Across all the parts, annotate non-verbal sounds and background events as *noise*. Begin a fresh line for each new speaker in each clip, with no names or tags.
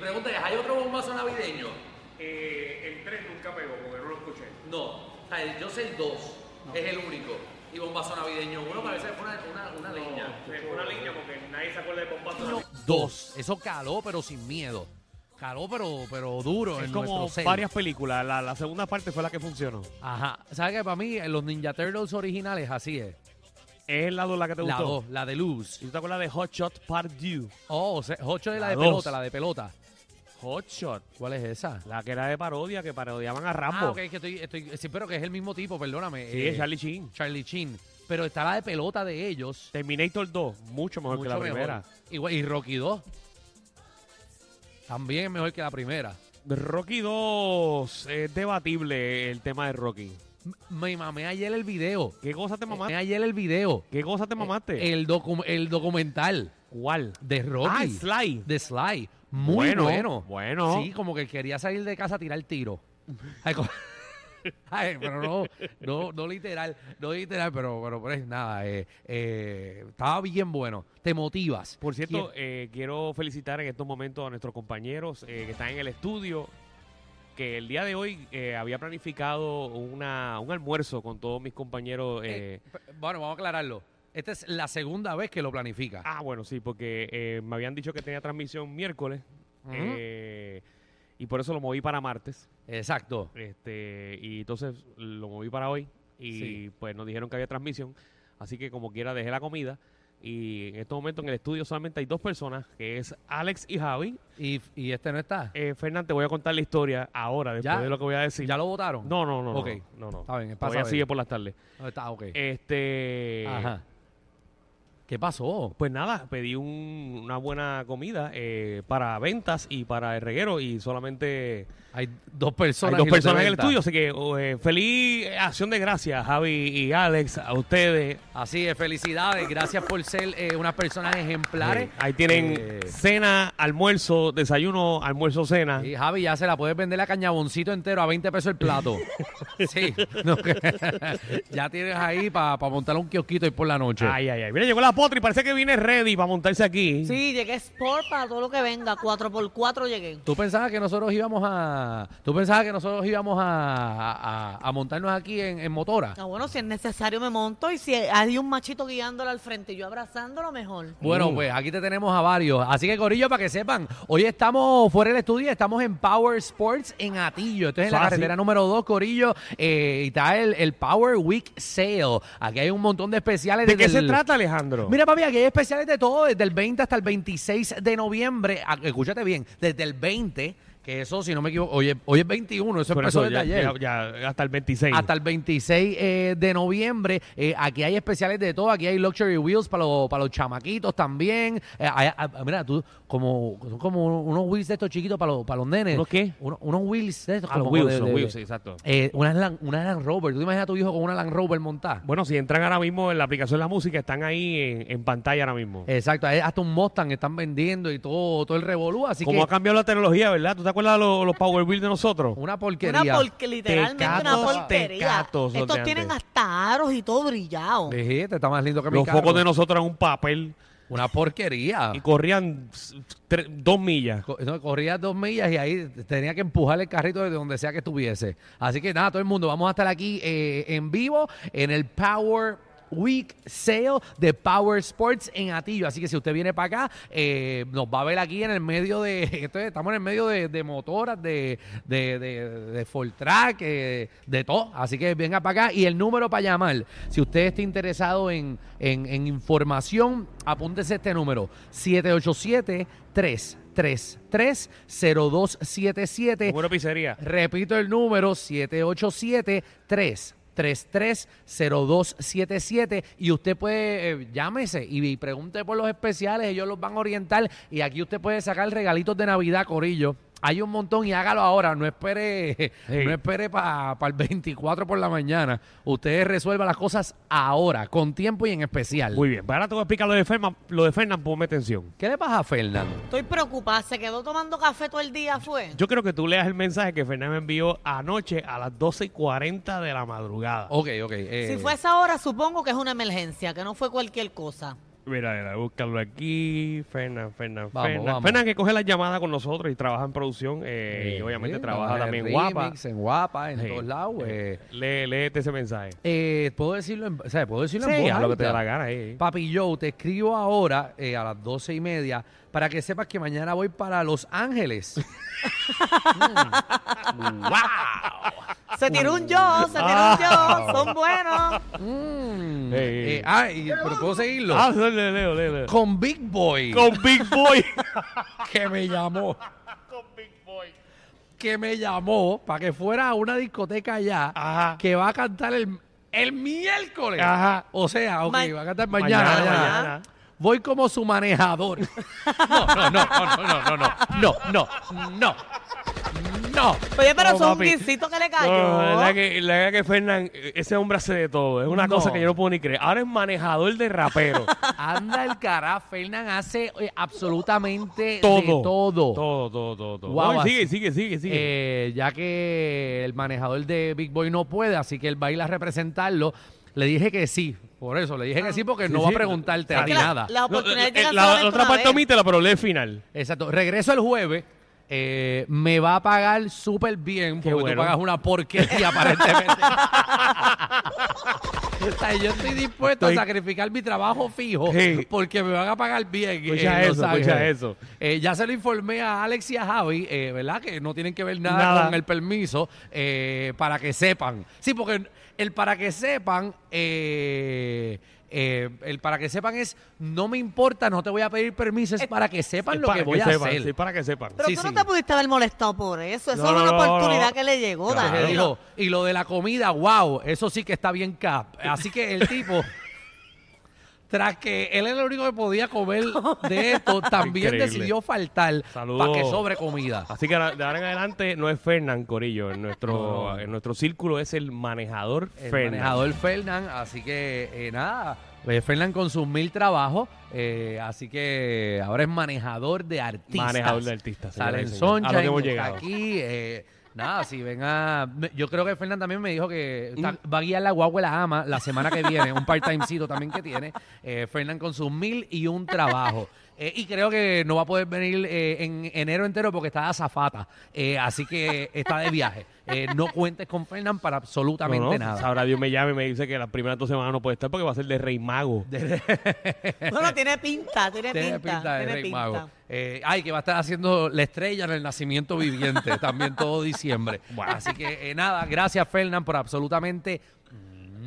pregunta es, ¿hay otro bombazo navideño?
Eh, el 3 nunca pegó porque no lo escuché.
No, o sea, el- yo sé el 2, es el único. Y bombazo navideño, uno que a veces fue una, una, una leña.
No, se fue una línea porque nadie se acuerda de bombazo.
Dos. Eso caló, pero sin miedo. Caló, pero, pero duro.
Es
en
como
nuestro ser.
varias películas. La, la segunda parte fue la que funcionó.
Ajá. ¿Sabes qué? Para mí, en los Ninja Turtles originales, así es.
¿Es la dos la que te
La
gustó?
dos, la de Luz.
¿Y tú te acuerdas de Hot Shot Part 2?
Oh, o sea, Jocho es la,
La
de
dos.
pelota, la de pelota.
Hot Shot.
¿Cuál es esa?
La que era de parodia, que parodiaban a Rambo.
Ah, ok, es que estoy, estoy- sí, pero que es el mismo tipo, perdóname.
Sí,
eh,
es Charlie Sheen.
Charlie Chin. Pero está la de pelota de ellos.
Terminator 2, mucho mejor que la
mucho mejor.
primera.
Igual- Y, Rocky 2. También es mejor que la primera.
Rocky 2, es debatible el tema de Rocky.
M- Me mamé ayer el video.
¿Qué cosa te
Me
mamaste?
ayer el video.
¿Qué cosa te mamaste?
Eh, El, docu- el documental
¿Cuál?
de
Ah,
Rocky.
Sly.
de Sly. Muy bueno.
Bueno, bueno.
Sí, como que quería salir de casa a tirar
*laughs*
tiro. Ay, co- *laughs* Ay, pero no, no, no literal, no literal, pero, pero, pero es nada, eh, eh, estaba bien bueno, te motivas.
Por
¿Quién-
cierto, eh, quiero felicitar en estos momentos a nuestros compañeros eh, que están en el estudio, que el día de hoy eh, había planificado una, un almuerzo con todos mis compañeros. eh,
Eh, p- bueno, vamos a aclararlo. Esta es la segunda vez que lo planifica.
Ah, bueno, sí, porque eh, me habían dicho que tenía transmisión miércoles
Ujú.
eh, y por eso lo moví para martes.
Exacto.
Este, y entonces lo moví para hoy y
Sí.
pues nos dijeron que había transmisión, así que como quiera dejé la comida y en estos momentos en el estudio solamente hay dos personas, que es Alex y Javi.
Y, y este no está.
Eh, Fernan, te voy a contar la historia ahora, después
¿Ya?
de lo que voy a decir.
¿Ya lo votaron?
No, no, no, no,
Ok.
no, no.
Está bien, es para
Todavía
saber.
sigue por las tardes.
No está, ok.
Eh, Este,
Ajá. ¿Qué pasó?
pues nada, pedí un- una buena comida eh, para ventas y para el reguero y solamente
Hay dos personas. y
Hay
los
dos
de
personas en el
venta.
estudio, así que oh, eh, feliz acción de gracias, Javi y Alex, a ustedes.
Así es, felicidades. Gracias por ser eh, unas personas ejemplares.
Eh, Ahí tienen
Eh,
cena, almuerzo, desayuno, almuerzo, cena.
y Javi, ya se la puedes vender a cañaboncito entero a 20 pesos el
*laughs*
plato. sí. *laughs* no, ya tienes ahí para montar un kiosquito y por la noche.
Ay, ay, ay. Mira, llegó la potra y parece que viene ready para montarse aquí.
Sí, llegué Sport para todo lo que venga. 4x4 llegué.
¿Tú pensabas que nosotros íbamos a. Tú pensabas que nosotros íbamos a, a- a montarnos aquí en, en motora?
Ah, bueno, si es necesario me monto y si hay un machito guiándolo al frente y yo abrazándolo, mejor.
Bueno,
Mm.
pues aquí te tenemos a varios. Así que, Corillo, para que sepan, hoy estamos fuera del estudio, estamos en Power Sports en Atillo. Esto es en la
Ah, sí.
carretera número 2, Corillo, eh, y está el, el Power Week Sale. Aquí hay un montón de especiales.
¿De qué
desde
se
el-
trata, Alejandro?
Mira, papi, aquí hay especiales de todo, desde el 20 hasta el 26 de noviembre. Ah, Escúchate bien, desde el 20, que eso, si no me equivoco, hoy es, hoy es 21, eso
Por
empezó
eso
desde
ya,
ayer.
ya- ya hasta el 26.
Hasta el 26 eh, de noviembre. Eh, aquí hay especiales de todo. Aquí hay Luxury Wheels para los, para los chamaquitos también. Eh, hay- ah, mira, tú, como, son como unos wheels de estos chiquitos para los, para los nenes.
¿Unos qué?
Uno- unos wheels de estos.
Ah, los
como
Wheels,
de-
los
de-
Wheels, sí, exacto.
eh, una, Land, una Land Rover. ¿Tú te imaginas a tu hijo con una Land Rover montada?
Bueno, si entran ahora mismo en la aplicación de la música, están ahí en, en pantalla ahora mismo.
Exacto, hay hasta un Mustang están vendiendo y todo, todo el revolú. Así
Como ha
que
cambiado la tecnología, ¿verdad? ¿Tú te acuerdas de los, los Power Wheels de nosotros?
una porquería.
Una porque literalmente una
Tecatos,
porquería.
tecatos, los de
Estos tienen
antes.
hasta aros y todo brillado.
Dijiste, está más lindo que mi
Los
carro.
focos de nosotros eran un papel.
Una porquería.
y corrían s- tre- dos millas.
Co- no, corría dos millas y ahí tenía que empujar el carrito desde donde sea que estuviese. Así que nada, todo el mundo, vamos a estar aquí eh, en vivo en el Power Week Sale de Power Sports en Atillo. Así que si usted viene para acá, eh, nos va a ver aquí en el medio de. *laughs* esto es- estamos en el medio de, de motoras, de, de, de, de Fortrack, eh, de todo. Así que venga para acá. Y el número para llamar, si usted está interesado en, en, en información, apúntese este número: 787 333 0277
Número de pizzería.
Repito el número 787-333-0277 y usted puede, eh, llámese y, y pregunte por los especiales, ellos los van a orientar y aquí usted puede sacar regalitos de Navidad, Corillo. Hay un montón y hágalo ahora, no espere, *laughs*
Sí.
no espere para el 24 por la mañana. Usted resuelva las cosas ahora, con tiempo y en especial.
Muy bien. pues Ahora te voy a explicar lo de Fernan, lo de Fernan ponme atención.
¿Qué le pasa a Fernando?
Estoy preocupada. Se quedó tomando café todo el día, fue.
Yo quiero que tú leas el mensaje que Fernan me envió anoche a las 12 y 40 de la madrugada.
Ok, ok. eh,
Si fue a esa hora, supongo que es una emergencia, que no fue cualquier cosa.
Mira, mira, búscalo aquí. Fernan, Fernan,
Vamos,
Fernan.
vamos.
Fernan que coge las llamadas con nosotros y trabaja en producción. eh, y
Sí,
obviamente
sí,
trabaja también en
en
guapa.
remix, En guapa, en
Sí.
todos lados. eh.
Lee, léete ese mensaje.
Eh, puedo decirlo en, o sea, puedo decirlo en
Sí,
voz
haz lo que te
alta?
da la gana. eh.
Papi Joe, te escribo ahora eh, a las doce y media para que sepas que mañana voy para Los
*laughs*
Ángeles.
Se tiró un yo, se tiró un
Ah.
yo, son buenos.
Mm.
Ey, ey.
Eh, ah, y- pero puedo seguirlo.
Ah, leo, leo, leo, leo.
Con Big Boy,
Con Big
*laughs*
Boy.
que me llamó,
*laughs*
Con Big Boy.
que me llamó para que fuera a una discoteca allá
Ajá.
que va a cantar el, el miércoles.
Ajá.
O sea, ok,
Ma-
va a cantar mañana.
*laughs* Mañana,
mañana.
mañana.
Voy como su manejador. No, no, no, no, no, no, no, no, no, no, no.
Oye, pero
No,
son un
papi.
guisito que le
No,
cayó.
no, la verdad que, la verdad que Fernan, eh, ese hombre hace de todo. Es una
No.
cosa que yo no puedo ni creer. Ahora es manejador
*laughs*
de rapero.
Anda el cara, Fernán hace eh, absolutamente
todo.
de todo.
Todo, todo, todo. todo.
Guau,
Oye,
así.
sigue, sigue, sigue, sigue.
Eh, ya que el manejador de Big Boy no puede, así que él va a ir a representarlo. Le dije que sí, por eso, le dije que sí porque
Ah. Sí,
no va a
sí.
preguntarte a
Es
ti
que la-
nada.
Las
No,
oportunidades
eh,
llegan
la-
solamente
la otra
una
parte
vez.
omítela, pero lee el final.
Exacto, regreso el jueves. eh, me va a pagar súper bien
Qué
porque tú
bueno.
pagas una
*laughs*
porquería aparentemente. O sea, yo estoy dispuesto
Estoy-
a sacrificar mi trabajo fijo
Sí.
porque me van a pagar bien.
Escucha
en
eso,
Los
escucha
Ángeles.
eso.
Eh, ya se lo informé a Alex y a Javi, eh, ¿verdad? Que no tienen que ver nada,
Nada.
con el permiso eh, para que sepan. Sí, porque el para que sepan, eh, eh, el para que sepan es no me importa, no te voy a pedir permiso, es para que sepan
Es
lo
para
que voy a
sepan,
hacer.
sí, para que sepan.
Pero
Sí,
tú no
sí.
te pudiste haber molestado por eso. Eso
No,
es una
no, no,
oportunidad
no.
que le llegó,
Claro.
Que
Danilo.
dijo, y lo de la comida, wow, eso sí que está bien cap. Así que el tipo, *laughs* tras que él era el único que podía comer de *laughs* esto, también
Increíble.
decidió faltar
Saludos.
para que sobre comida.
Así que ahora- de ahora en adelante no es Fernán Corillo. En nuestro, en nuestro círculo es el manejador
El
Fernan.
manejador Fernán, así que eh, nada, Fernán con sus mil trabajos, eh, así que ahora es manejador de artistas.
Manejador de artistas, señoras
Salen
y señores. A lo que hemos
Sunshine, está
llegado.
aquí, eh, nada, si ven a... me- Yo creo que Fernán también me dijo que está- va a guiar la guagua y la ama la semana que viene, un part-timecito también que tiene. Eh, Fernán con sus mil y un trabajo. Eh, y creo que no va a poder venir eh, en enero entero porque está de azafata. Eh, así que está de viaje. Eh, no cuentes con Fernán para
No,
absolutamente
no,
nada.
Ahora Dios me llame y me dice que la primera dos semanas no puede estar porque va a ser de Rey Mago.
*laughs* Bueno, tiene pinta, tiene,
Tiene
pinta,
pinta de
tiene
Rey
pinta.
Mago. Eh, ay, que va a estar haciendo la estrella en el nacimiento viviente *laughs* también todo diciembre.
Bueno.
Así que eh, nada, gracias Fernán por absolutamente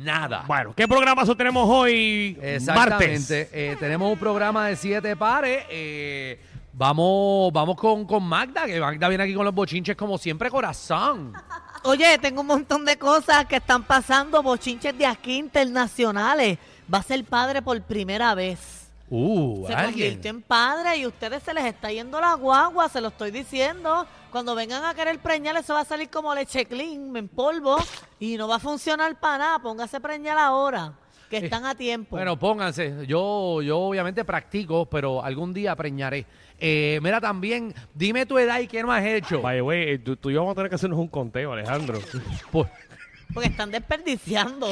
nada.
Ah. Bueno, ¿qué programazo tenemos hoy?
Exactamente.
Martes.
Eh, tenemos un programa de siete pares. eh, vamos vamos con, con Magda, que Magda viene aquí con los bochinches como siempre, corazón.
Oye, tengo un montón de cosas que están pasando, bochinches de aquí internacionales. Va a ser padre por primera vez.
Uh,
Se
alguien.
convirtió en padre y a ustedes se les está yendo la guagua, se lo estoy diciendo. Cuando vengan a querer preñar, eso va a salir como leche clean, en polvo, y no va a funcionar para nada. Póngase preñar ahora, que están a tiempo.
Eh, Bueno, pónganse. Yo, yo obviamente practico, pero algún día preñaré. Eh, mira, también, dime tu edad y qué no has hecho.
By the way, eh, tú, tú y yo vamos a tener que hacernos un
*laughs*
conteo, Alejandro. Tú
Pues,
porque están desperdiciando.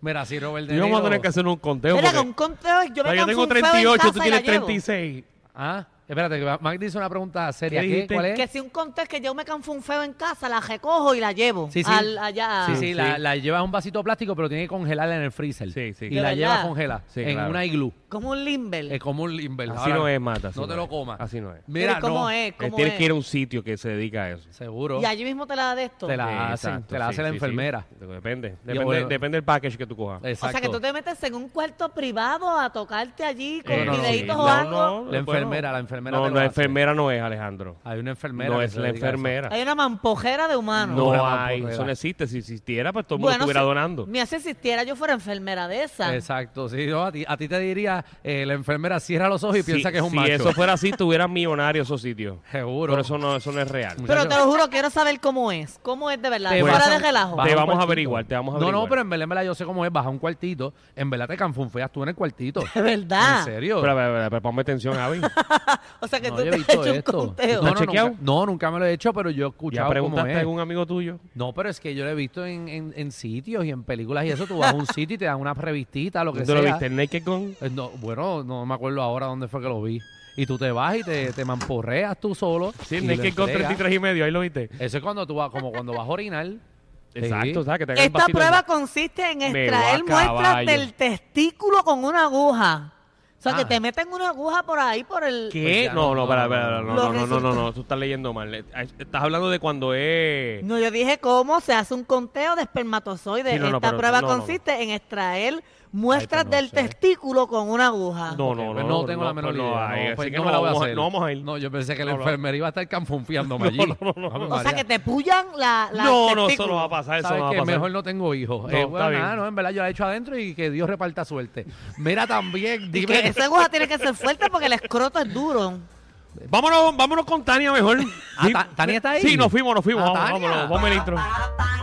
mira, si Robert De
y yo vamos a
Niro-
tener que hacernos un conteo.
Mira,
porque-
con un conteo, yo
O sea,
me
yo
canso
tengo
un feo en
38, tú
casa y la
tienes
llevo.
36.
Ah, espérate, que Mac dice una pregunta seria.
¿Qué
¿Qué?
dijiste?
¿Cuál es?
Que si un conteo es que yo me canso un feo en casa, la recojo y la llevo.
Sí, sí.
Al, allá.
Sí, sí,
Sí.
La, la llevas en un vasito plástico, pero tiene que congelarla en el freezer.
Sí, sí.
Y
¿De
la
verdad?
llevas congelada
Sí,
en
claro.
una iglú.
Como un limber.
Es como un limber.
Así
Pues Ahora,
no es, Mata. así
No te
es.
lo comas.
Así no es.
Mira,
¿cómo
no.
es?
Eh,
¿Cómo
Tienes
es?
que ir a un sitio que se dedica a eso. Eh,
Seguro.
Y allí mismo te la da de esto.
Te la
Sí,
hacen, te la hace la enfermera.
Depende.
Y
Depende,
bueno- Eh,
depende del package que tú cojas.
O sea, que tú te metes en un cuarto privado a tocarte allí con
Eh,
no, no,
videitos
sí.
o
No,
algo.
La enfermera, la enfermera
No,
te lo
la
hace.
enfermera no es, Alejandro.
Hay una enfermera.
No
que
es
se
la
dedica a eso.
enfermera.
Hay una mampojera de humanos.
No
Una
hay,
mamporrera.
eso no existe. Si existiera, pues todo el mundo
Bueno,
estuviera
si-
donando.
Me hace existiera yo fuera enfermera de esa.
Exacto, sí. yo a, ti, a ti te diría, eh, la enfermera cierra los ojos y piensa
Si-
que es un
si
macho.
eso fuera así, tuvieran millonarios esos sitios.
*laughs* Seguro.
Pero eso no, eso no es real.
Pero te lo juro, quiero saber cómo es. ¿Cómo es de verdad?
Te
Fuera
vas a-
de relajo.
vas
Te
a Pues un
vamos a
cuartito.
averiguar, te vamos a
No,
averiguar.
no, pero en verdad, en verdad yo sé cómo es, baja un cuartito, en verdad te canfunfeas tú en el cuartito.
*laughs* De verdad.
¿En serio? *laughs*
Pero, pero, pero, pero ponme atención, Javi.
O sea Ah. que
No,
tú
yo he
te has
visto
hecho un
esto. No,
conteo.
¿Lo
no,
has chequeado?
nunca, no, nunca me lo he hecho, pero yo he
¿Ya
escuchado cómo
preguntaste a
es.
algún amigo tuyo?
No, pero es que yo lo he visto en, en- en sitios y en películas y eso. Tú vas a
*laughs*
un sitio y te dan una revistita, lo que
¿Tú
sea.
lo viste en Naked Gun?
Eh, No, bueno, no me acuerdo ahora dónde fue que lo vi. Y tú te vas y te, te mamporreas tú solo.
Sí,
y
en
lo
Naked Gun
entregas.
33 y medio, ahí lo viste.
Eso es cuando tú vas, como cuando vas a orinar.
Exacto,
Sí.
¿sabes? Que te hagan el
Esta
vasito de-
prueba consiste en
Me
extraer
voy a
muestras
caballo.
del testículo con una aguja. O sea, que
Ah.
te meten una aguja por ahí, por el...
¿Qué?
Pues ya
no,
no,
no,
no,
para,
no,
para,
no.
no, no, no,
Los
no, no,
resultados.
no, tú estás leyendo mal. Eh, Estás hablando de cuando es...
No, yo dije cómo se hace un conteo de espermatozoides.
Sí, no, no,
Esta
pero-
prueba
no, no, no.
consiste en extraer muestras
Ay, pues no
del
sé.
testículo con una aguja.
No,
Ok,
no,
pues
no,
no
no,
tengo
no,
la menor
pues no
idea.
hay, así
pues
que
no
no
me la voy
vamos
a
a-
hacer.
no vamos a ir.
No, yo pensé que la
No, no.
enfermería iba a estar canfunfiándome allí.
*laughs* No, no, no,
Ave
no.
o sea,
María.
que te pullan la, la
No, no, eso
testículo.
no va a pasar, eso
¿Sabes
no va a
qué?
pasar.
Mejor no tengo hijos.
No,
Eh,
está
bueno,
bien.
nada, no, en verdad yo la he hecho adentro y que Dios reparta suerte. Mira
*laughs*
también,
Y
dime.
que esa aguja tiene que ser fuerte porque el escroto es duro.
Vámonos, vámonos con Tania mejor.
Ah, Ta- Tania está ahí.
Sí, nos fuimos, nos fuimos.
Ah,
vamos,
Tania.
vámonos, ponme el intro.
Pa, pa,